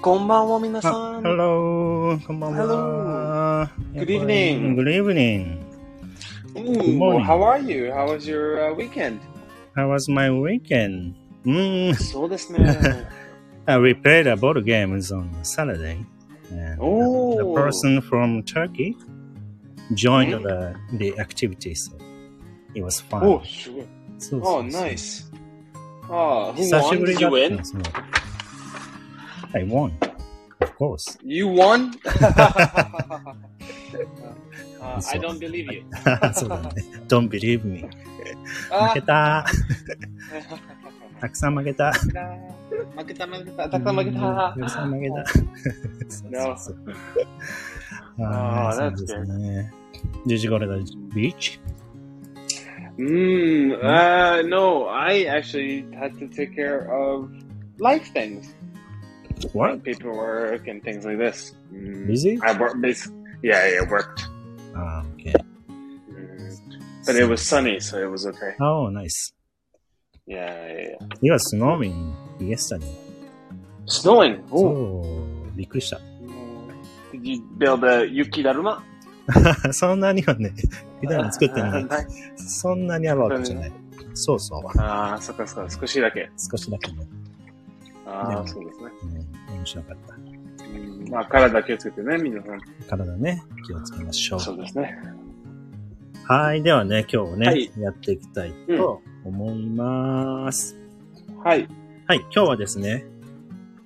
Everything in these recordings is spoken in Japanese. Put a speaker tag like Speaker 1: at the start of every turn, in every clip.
Speaker 1: こんばんは、皆さ
Speaker 2: あ、
Speaker 1: ん。
Speaker 2: Ah, Hello! こんばんは。
Speaker 1: Hello. Good evening.
Speaker 2: Good evening! Good
Speaker 1: Ooh,
Speaker 2: morning.
Speaker 1: how are you? How was your、uh, weekend?
Speaker 2: How was my weekend? Mm,
Speaker 1: そうです ね。
Speaker 2: uh, we played a board games on Saturday. And uh,
Speaker 1: Oh.
Speaker 2: The person from Turkey joined
Speaker 1: Hmm?
Speaker 2: the, the activity, so it was fun.
Speaker 1: お、すごい。
Speaker 2: そうそうそ
Speaker 1: Oh,
Speaker 2: う
Speaker 1: nice. Ah, who
Speaker 2: 久しぶ
Speaker 1: won?
Speaker 2: りだ
Speaker 1: You
Speaker 2: った
Speaker 1: win?
Speaker 2: んですよ。I won, of course.
Speaker 1: You won? Uh, I don't believe you.
Speaker 2: そうだね。Don't believe me. 負
Speaker 1: あ
Speaker 2: けた。たくさん負けた。
Speaker 1: 負けた負けた負けたたくさん負け
Speaker 2: う
Speaker 1: た
Speaker 2: んたくさん負けた。
Speaker 1: No.
Speaker 2: そうそうそう
Speaker 1: あ
Speaker 2: あ
Speaker 1: ー
Speaker 2: あ、そうですね。10時頃だ、ビーチ
Speaker 1: Mm, uh, no, I actually had to take care of life things,
Speaker 2: ?What?
Speaker 1: paperwork and things like this. Mm,
Speaker 2: Busy?
Speaker 1: I worked. bas- Yeah, yeah, I worked.
Speaker 2: ああ、OK。
Speaker 1: Mm, but it was sunny, so it was okay.
Speaker 2: Oh, nice.
Speaker 1: Yeah, yeah. yeah.
Speaker 2: It was snowing yesterday.
Speaker 1: Snowing.
Speaker 2: そ
Speaker 1: Oh,
Speaker 2: う、びっくりした。
Speaker 1: did you build a yuki daruma?
Speaker 2: そんなには ね、普段作ってない。
Speaker 1: あ
Speaker 2: そんなにあるわけじゃない。そうそう。
Speaker 1: あ、そっかそっか、少しだけ。
Speaker 2: 少しだけね。
Speaker 1: あ
Speaker 2: う
Speaker 1: あ、
Speaker 2: ん
Speaker 1: そうですね。
Speaker 2: うん面白かった。
Speaker 1: うんまあ、体気をつけてね、皆さん。
Speaker 2: 体ね、気をつけましょう。
Speaker 1: そうですね。
Speaker 2: はい。ではね、今日ね、
Speaker 1: はい
Speaker 2: やっていきたいと思います。
Speaker 1: はい、
Speaker 2: はい。今日はですね、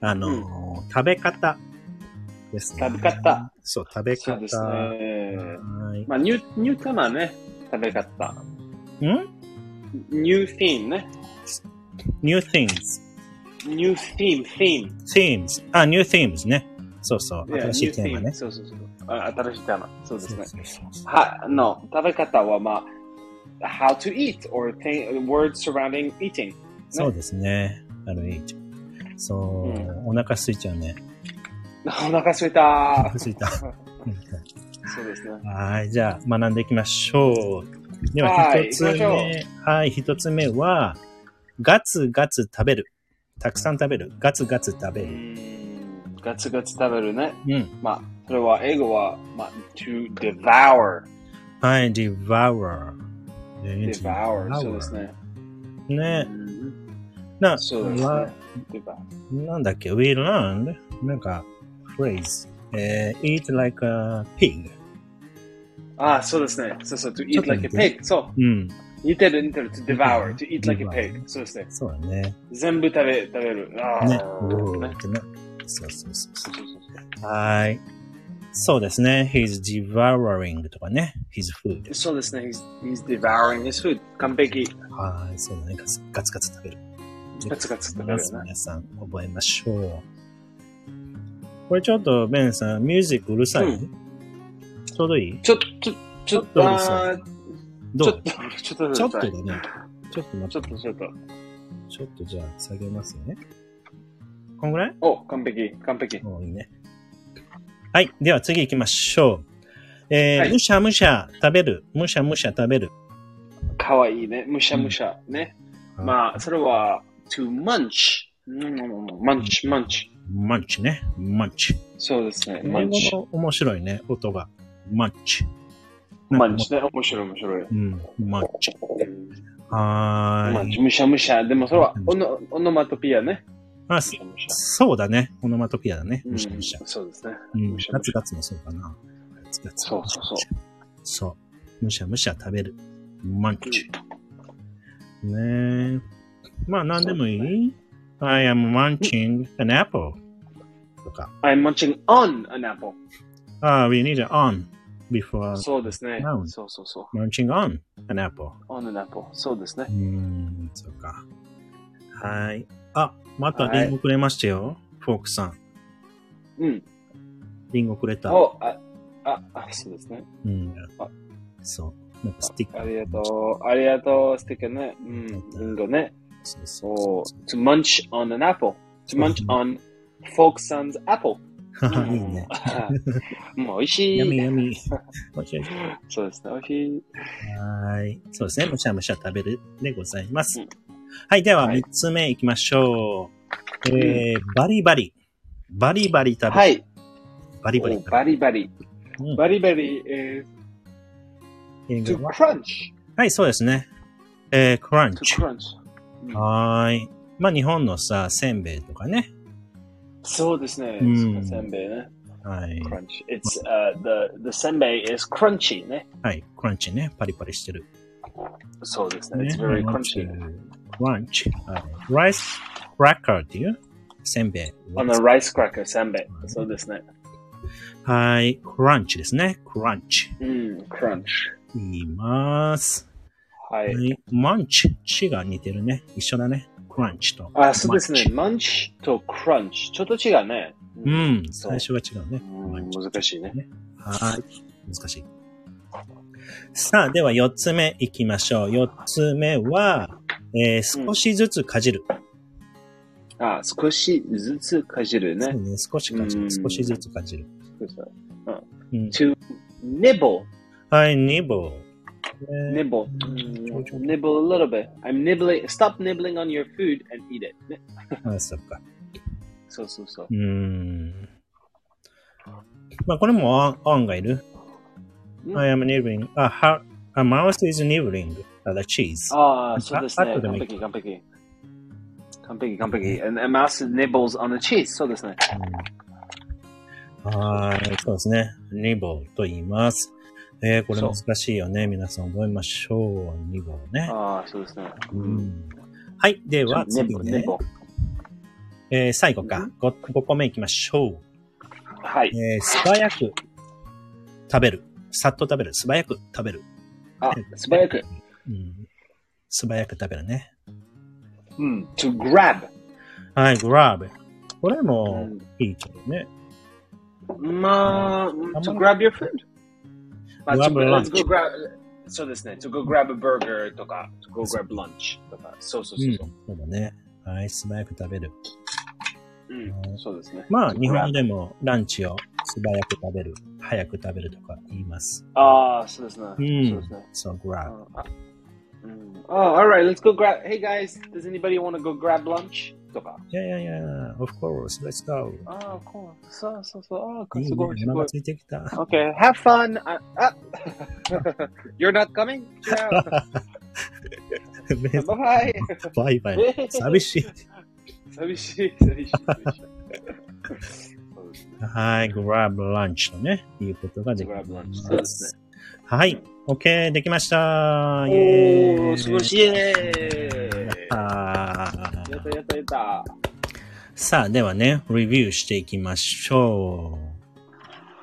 Speaker 2: あのー食べ方ですね。
Speaker 1: 食べ方。
Speaker 2: そう、食べ
Speaker 1: そう
Speaker 2: 方。
Speaker 1: ですね。
Speaker 2: はい。
Speaker 1: まあ、ニュー、ニューカマーね、食べ方。
Speaker 2: ん
Speaker 1: ニューフィーンね。
Speaker 2: ?new things.
Speaker 1: ニューフィーン、フィーン。
Speaker 2: themes. あ、new themes ね。そうそう。新しいテー
Speaker 1: new
Speaker 2: マ
Speaker 1: theme
Speaker 2: ね。
Speaker 1: そうそうそう。あ新しいテーマ。そうですね。
Speaker 2: そうそうそう
Speaker 1: は、の、食べ方はまあ、how to eat or th- words surrounding eating.
Speaker 2: そうですね。あるいい。そう、お腹すいちゃうね。
Speaker 1: お腹すい
Speaker 2: お
Speaker 1: た
Speaker 2: 腹。すいた。
Speaker 1: そうですね。
Speaker 2: はい、じゃあ学んでいきましょう。では
Speaker 1: は、い
Speaker 2: 一つ目。
Speaker 1: 行
Speaker 2: はい、一つ目は、ガツガツ食べる。たくさん食べる。ガツガツ食
Speaker 1: う
Speaker 2: べる。
Speaker 1: ん、ガツガツ食べるね。
Speaker 2: うん。
Speaker 1: まあ、それは英語は、まあ、to devour。
Speaker 2: はい、devour。
Speaker 1: devour。そうです。ね。う
Speaker 2: ね。
Speaker 1: ん
Speaker 2: な、
Speaker 1: そうです
Speaker 2: わ
Speaker 1: ね。devour
Speaker 2: なんだっけ ?we learned, なんか、phrase. えー eat like a pig.
Speaker 1: ああ、そうですね。そうそう、to
Speaker 2: ちょっ
Speaker 1: eat
Speaker 2: と
Speaker 1: like a
Speaker 2: 似て
Speaker 1: pig。そう。
Speaker 2: うん。
Speaker 1: 似てる似てる。to devour, to eat like a pig
Speaker 2: devour。
Speaker 1: そうですね。
Speaker 2: そうだね。
Speaker 1: 全部食べ、食べる。ああ。
Speaker 2: ね。おー
Speaker 1: ね
Speaker 2: ってね。そうそうそうそ
Speaker 1: そ
Speaker 2: う。
Speaker 1: うそうそう
Speaker 2: はい。そうですね。he's devouring とかね。his food.
Speaker 1: そうですね。He's, he's devouring his food. 完璧。
Speaker 2: はい。そうだね。ガツガツガツ食べる。
Speaker 1: ガツガツ食べる
Speaker 2: まず皆さん覚えましょう。これちょっと、ベンさん、ミュージックうるさい、
Speaker 1: う
Speaker 2: ちょうどいい
Speaker 1: ちょっと、ちょちょっ
Speaker 2: ちょ
Speaker 1: と、
Speaker 2: っとうるさい
Speaker 1: あーち
Speaker 2: ど
Speaker 1: ょっ
Speaker 2: う
Speaker 1: と、ちょっとうる
Speaker 2: ち
Speaker 1: さ
Speaker 2: ょ
Speaker 1: い、
Speaker 2: っとだね。ちょっと
Speaker 1: ち
Speaker 2: 待
Speaker 1: ょっ
Speaker 2: っ
Speaker 1: てと、
Speaker 2: ね。
Speaker 1: ちょっと。
Speaker 2: ちょっとじゃあ下げますね。こんぐらい
Speaker 1: お、完璧、完璧。
Speaker 2: もういいね。はい。では次行きましょう。えー
Speaker 1: はい
Speaker 2: むしゃむしゃ食べる。むしゃむしゃ食べる。
Speaker 1: かわいいね。むしゃむしゃ。ね。
Speaker 2: うん
Speaker 1: まあ、それは、to munch。munch, munch.
Speaker 2: マンチね。マンチ。
Speaker 1: そうですね。
Speaker 2: 英語
Speaker 1: munch。
Speaker 2: も面白いね、音が。マンチ。
Speaker 1: munch ね。面白い、面白い。
Speaker 2: うん、マンチ。は
Speaker 1: まあ、
Speaker 2: ーい。
Speaker 1: むしゃむしゃ。でもそれはオノ、オノマトピアね。
Speaker 2: あ、
Speaker 1: む
Speaker 2: そ
Speaker 1: しゃむしゃ。
Speaker 2: そうだね。オノマトピアだね。
Speaker 1: うん
Speaker 2: むしゃむしゃ。
Speaker 1: そうですね。
Speaker 2: うん
Speaker 1: むし。ゃ
Speaker 2: ガ
Speaker 1: むし
Speaker 2: ツ
Speaker 1: ゃ
Speaker 2: ガツもそうかな。ガツガツ。
Speaker 1: そうそうそう
Speaker 2: そう。むしゃむしゃ食べる。マンチ。ねえ。まあ、なんでもいい ?I am munching an apple. とか。
Speaker 1: I'm munching on an apple.
Speaker 2: あ、we need an on before
Speaker 1: そうですね
Speaker 2: noun。
Speaker 1: そうそうそう。
Speaker 2: munching on an apple.
Speaker 1: on an apple. そうですね
Speaker 2: う。ーん、そうか。はい。あ、また
Speaker 1: はい
Speaker 2: リンゴくれましたよ。フォークさん。
Speaker 1: うん。
Speaker 2: リンゴくれた。
Speaker 1: お、あ、あ、あそうですね。
Speaker 2: うん
Speaker 1: あ。
Speaker 2: そう。なんかスティック。
Speaker 1: ありがとう。ありがとう。素敵ね。うん。リンゴね。
Speaker 2: そうそう
Speaker 1: お
Speaker 2: そ
Speaker 1: to munch on an apple. to munch on folk son's apple.
Speaker 2: う。 いいね。
Speaker 1: うん もう美味し
Speaker 2: やみ
Speaker 1: い。
Speaker 2: やみ。もちろん
Speaker 1: そうですね。美味しい。
Speaker 2: はい。そうですね。むしゃむしゃ食べるでございます
Speaker 1: うん。
Speaker 2: はい。では、
Speaker 1: はい
Speaker 2: 3つ目いきましょう。えー、バリバリ。バリバリ食べる。
Speaker 1: はい。
Speaker 2: バリバリ食
Speaker 1: Oh, buddy, buddy.
Speaker 2: べる。うん
Speaker 1: Buddy, buddy is
Speaker 2: 英
Speaker 1: to
Speaker 2: 語は
Speaker 1: crunch.
Speaker 2: はい、そうですね。えー、クラン
Speaker 1: To
Speaker 2: チ。
Speaker 1: crunch.
Speaker 2: はーい。まあ、日本のさ、せんべいとかね。
Speaker 1: そうですね。
Speaker 2: うん
Speaker 1: せんべいね。
Speaker 2: はい。
Speaker 1: Crunch. It's, uh, the, the せんべい is crunchy ね。
Speaker 2: はい、クランチね。パリパリしてる。
Speaker 1: そうですね。
Speaker 2: ね
Speaker 1: It's very crunchy.
Speaker 2: クランチ。はいライスクラッカーっていうせんべい。
Speaker 1: On a rice cracker せんべい。そうですね。
Speaker 2: はい、クランチですね。クランチ。
Speaker 1: うん、crunch。Hmm,
Speaker 2: 言います。
Speaker 1: は。
Speaker 2: はいい。マンチ。チが似てるね。一緒だね。クランチと。
Speaker 1: あ、そうですね。
Speaker 2: munch。
Speaker 1: マンチとクランチ。ちょっと違うね。う
Speaker 2: うんん。
Speaker 1: そう
Speaker 2: 最初は違うね。
Speaker 1: う
Speaker 2: マン
Speaker 1: ん
Speaker 2: チ
Speaker 1: 難しいね。
Speaker 2: はい。難しい。さあ、では4つ目いきましょう。4つ目は、えー少しずつかじる。
Speaker 1: あ、少しずつかじる
Speaker 2: そう
Speaker 1: ね。
Speaker 2: ね、少しかじ
Speaker 1: うん
Speaker 2: る。少しずつかじる。うん、
Speaker 1: To nibble.
Speaker 2: はい、nibble。えー
Speaker 1: Nibble. Hmm,
Speaker 2: うん
Speaker 1: Nibble a little bit. I'm nibbling. Stop nibbling on your food and eat it. ね
Speaker 2: あ、そっか。
Speaker 1: そうそうそう
Speaker 2: う。ーん。まあ、これも案案がいる。
Speaker 1: うん
Speaker 2: I am nibbling. A, ha- a mouse is nibbling at a cheese.
Speaker 1: ああ、そうです
Speaker 2: あ
Speaker 1: ね。
Speaker 2: 後でも
Speaker 1: 完
Speaker 2: いい
Speaker 1: 璧、完璧。完璧、完璧。And a mouse nibbles on the cheese. そうですね。
Speaker 2: うんはーい、そうですね。ニボと言います。えー、これ
Speaker 1: そう
Speaker 2: 難しいよね。皆さん覚えましょう。ニボね。
Speaker 1: ああ、そうですね。
Speaker 2: うんはい、では次
Speaker 1: nibble,
Speaker 2: ね、
Speaker 1: nibble.
Speaker 2: えー最後
Speaker 1: う
Speaker 2: か。5, 個目いきましょう。
Speaker 1: はい。
Speaker 2: えー素早く食べる。さっと食べる。素早く食べる。
Speaker 1: あ、素早く。
Speaker 2: うん、素早く食べるね。
Speaker 1: うん。To Hmm, grab.
Speaker 2: はい、グラブ。これ
Speaker 1: う
Speaker 2: も
Speaker 1: ん
Speaker 2: いいけどね。
Speaker 1: まあ、to grab your food. まあ、
Speaker 2: Grab
Speaker 1: to,
Speaker 2: a
Speaker 1: let's
Speaker 2: lunch.
Speaker 1: go grab, そうですね。to go grab a burger とか、to go grab lunch とか。そうそう
Speaker 2: う
Speaker 1: そ
Speaker 2: ん、
Speaker 1: うそ
Speaker 2: そ
Speaker 1: う
Speaker 2: だね。はい、素早く食べる。
Speaker 1: う。うん。そうですね。
Speaker 2: まあ、
Speaker 1: To
Speaker 2: 日
Speaker 1: grab
Speaker 2: 本でもランチを素早く食べる、早く食べるとか言います。
Speaker 1: ああ、そうですね。
Speaker 2: う
Speaker 1: そうで
Speaker 2: ん
Speaker 1: すね。。
Speaker 2: そう、グラブ。
Speaker 1: ああうん、oh, alright, let's go grab. Hey guys, does anybody want to Ah, go grab lunch? とか。
Speaker 2: いやいやいや、of course, let's go.
Speaker 1: ああ、こう。そうそうそう。あ
Speaker 2: い
Speaker 1: あ、
Speaker 2: い
Speaker 1: す
Speaker 2: ね、
Speaker 1: ごい、すご
Speaker 2: お腹
Speaker 1: い。
Speaker 2: ついてきた。
Speaker 1: Okay, have fun. あ、あ You're not coming? Bye bye.
Speaker 2: バイバイ。寂しい。
Speaker 1: 寂しい、寂しい、寂しい。そうですね
Speaker 2: はい、グラブランチとね、いうことができま
Speaker 1: Grab lunch
Speaker 2: す。
Speaker 1: そうです
Speaker 2: はい、OK、できました。イ
Speaker 1: お
Speaker 2: ェーイ
Speaker 1: ー、すごい、イエーイ
Speaker 2: やったー
Speaker 1: やったやったやった。
Speaker 2: さあ、ではね、レビューしていきましょ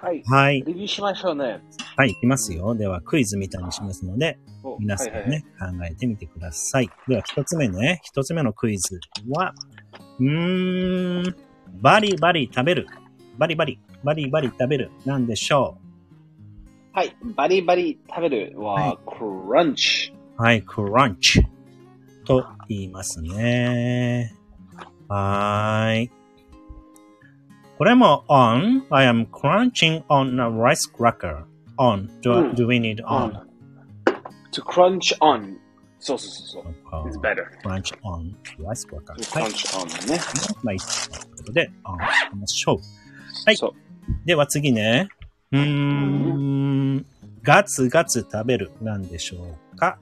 Speaker 1: はい。
Speaker 2: う。はい。
Speaker 1: レビューしましょうね。
Speaker 2: はい、いきますよ。では、クイズみたいにしますので、
Speaker 1: お
Speaker 2: 皆さん
Speaker 1: はいはいはい
Speaker 2: ね、考えてみてください。では、一つ目ね、一つ目のクイズは、うーん、バリバリ食べる。バリバリ、バリバリ食べる。なんでしょ
Speaker 1: はい。バリバリ食べるは、クランチ。
Speaker 2: うはい、クランチ。と言いますね。はーい。これも on, I am crunching on a rice cracker. on, do,
Speaker 1: うん
Speaker 2: do we need on?
Speaker 1: To crunch on. そうそうそうそう。It's better.
Speaker 2: crunch on rice cracker.
Speaker 1: To
Speaker 2: はい。
Speaker 1: crunch on ね。
Speaker 2: まあ、いいということで、あ行きましょう。はい
Speaker 1: そう。
Speaker 2: では次ね。うーん、ガツガツ食べるなんでしょうか。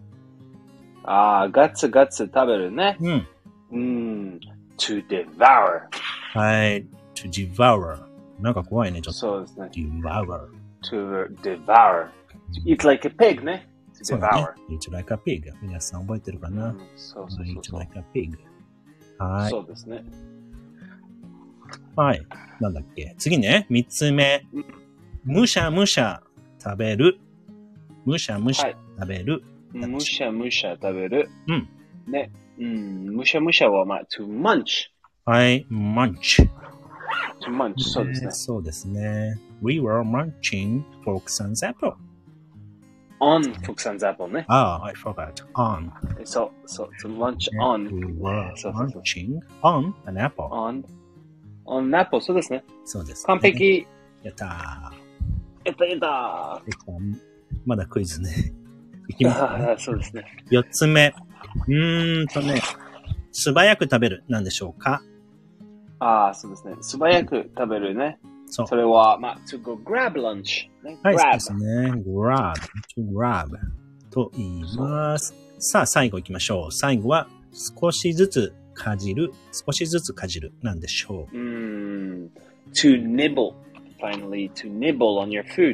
Speaker 1: ああ、ガツガツ食べるね。
Speaker 2: うん。
Speaker 1: うん。To devour.
Speaker 2: はい。to devour。なんか怖いね、ちょっと。
Speaker 1: そうですね。
Speaker 2: devour。
Speaker 1: To devour. To eat like a pig ね。To
Speaker 2: そうだね
Speaker 1: devour.。Mm,
Speaker 2: eat like a pig。皆さん覚えてるか
Speaker 1: う、
Speaker 2: なん
Speaker 1: そうそうそう
Speaker 2: eat
Speaker 1: そう。
Speaker 2: like a pig。はい。
Speaker 1: そうですね。
Speaker 2: はい。なんだっけ。次ね。三つ目
Speaker 1: うん。
Speaker 2: むしゃむしゃ食べる。むしゃむし
Speaker 1: は
Speaker 2: ゃ
Speaker 1: い
Speaker 2: 食べる。
Speaker 1: むしゃむしゃ食べる。
Speaker 2: うん。
Speaker 1: ね。うん。むしゃむしゃは、まあ、to munch。
Speaker 2: はい。munch。
Speaker 1: to munch. そうですね
Speaker 2: ね。そうですね。We were munching fork sans apple.
Speaker 1: on フォクサンザポね。
Speaker 2: ああ、I forgot. On.
Speaker 1: そうそう。to munch on.
Speaker 2: We were
Speaker 1: そうそうそう
Speaker 2: munching on an apple.
Speaker 1: on on apple そうですね。
Speaker 2: そうです、ね。
Speaker 1: 完。璧。
Speaker 2: やった
Speaker 1: やったやった
Speaker 2: ー。できたまだクイズね。 い きますね。
Speaker 1: あーそうですね。
Speaker 2: 四つ目。うーんとね。素早く食べる。なんでしょうか
Speaker 1: ああ、そうですね。素早く食べるね。
Speaker 2: そう。
Speaker 1: それは、まあ、to go grab lunch、ね。
Speaker 2: はい、そう
Speaker 1: grab
Speaker 2: で。すね。grab, to grab と言います。さあ、最後行きましょう。最後は、少しずつかじる、少しずつかじるなんでしょ
Speaker 1: Mm, to nibble. Finally, to nibble on your food.
Speaker 2: う。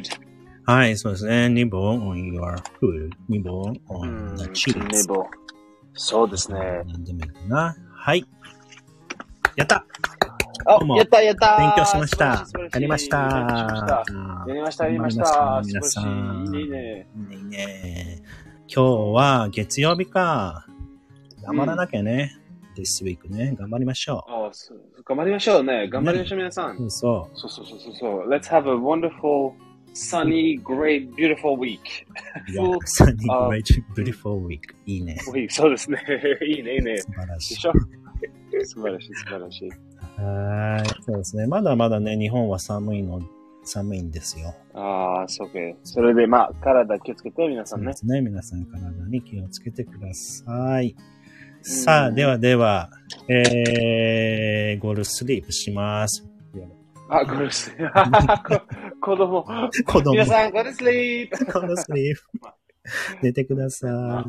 Speaker 2: はい、そうですね。nibble on your food, nibble on the
Speaker 1: Mm,
Speaker 2: cheese.
Speaker 1: to nibble. そうですね。
Speaker 2: 何でもいいかな。はい。やった
Speaker 1: あ
Speaker 2: どう、も
Speaker 1: やったやった
Speaker 2: 勉強しました
Speaker 1: 素晴ら。
Speaker 2: や
Speaker 1: し
Speaker 2: り
Speaker 1: い
Speaker 2: まし
Speaker 1: やりました
Speaker 2: た。
Speaker 1: やりました、やりまし
Speaker 2: 頑
Speaker 1: た。
Speaker 2: 張り
Speaker 1: 素
Speaker 2: ました
Speaker 1: 晴らしい。いいね、いい
Speaker 2: 皆さ
Speaker 1: ね。
Speaker 2: んいいね。今日は月曜日か。頑張らなきゃね。This week ね。頑張りましょ
Speaker 1: あそう頑張りましょうね。頑張りましょう、皆さん
Speaker 2: う。。うんそ
Speaker 1: そうそうそうそうそう。Let's have a wonderful, sunny, great, beautiful week.
Speaker 2: う。いや
Speaker 1: Full
Speaker 2: Sunny,
Speaker 1: of-
Speaker 2: great, beautiful week. いいね。素
Speaker 1: week. そうですね。 いいね、いいね。で
Speaker 2: 晴らしい
Speaker 1: し。ょ 素晴らしい、素晴らしい。
Speaker 2: はーい。そうですね。まだまだね、日本は寒いの、寒いんですよ。
Speaker 1: ああ、そうけ。それで、まあ、体気をつけて、皆さ
Speaker 2: そ
Speaker 1: ん
Speaker 2: う
Speaker 1: ね
Speaker 2: で。すね。皆さん体に気をつけてください。さあ、ではでは、えー、ゴールスリープします。
Speaker 1: あ、ゴルス。 子供。
Speaker 2: 子供、
Speaker 1: 皆さん、ゴルスリープ。
Speaker 2: ゴールスリープ。寝てくださ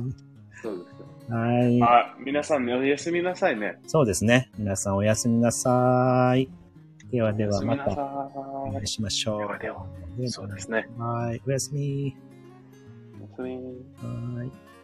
Speaker 1: そうですね。
Speaker 2: い。はい。
Speaker 1: あ、皆さん、おやすみなさいね。
Speaker 2: そうですね。皆さんおやすみなさい。ではで
Speaker 1: おや
Speaker 2: は
Speaker 1: すみ
Speaker 2: ま
Speaker 1: なさ
Speaker 2: たお会いしましょう。
Speaker 1: ではでは。い。そうですね。
Speaker 2: はい。おやすみ。
Speaker 1: おやすみ。
Speaker 2: はい。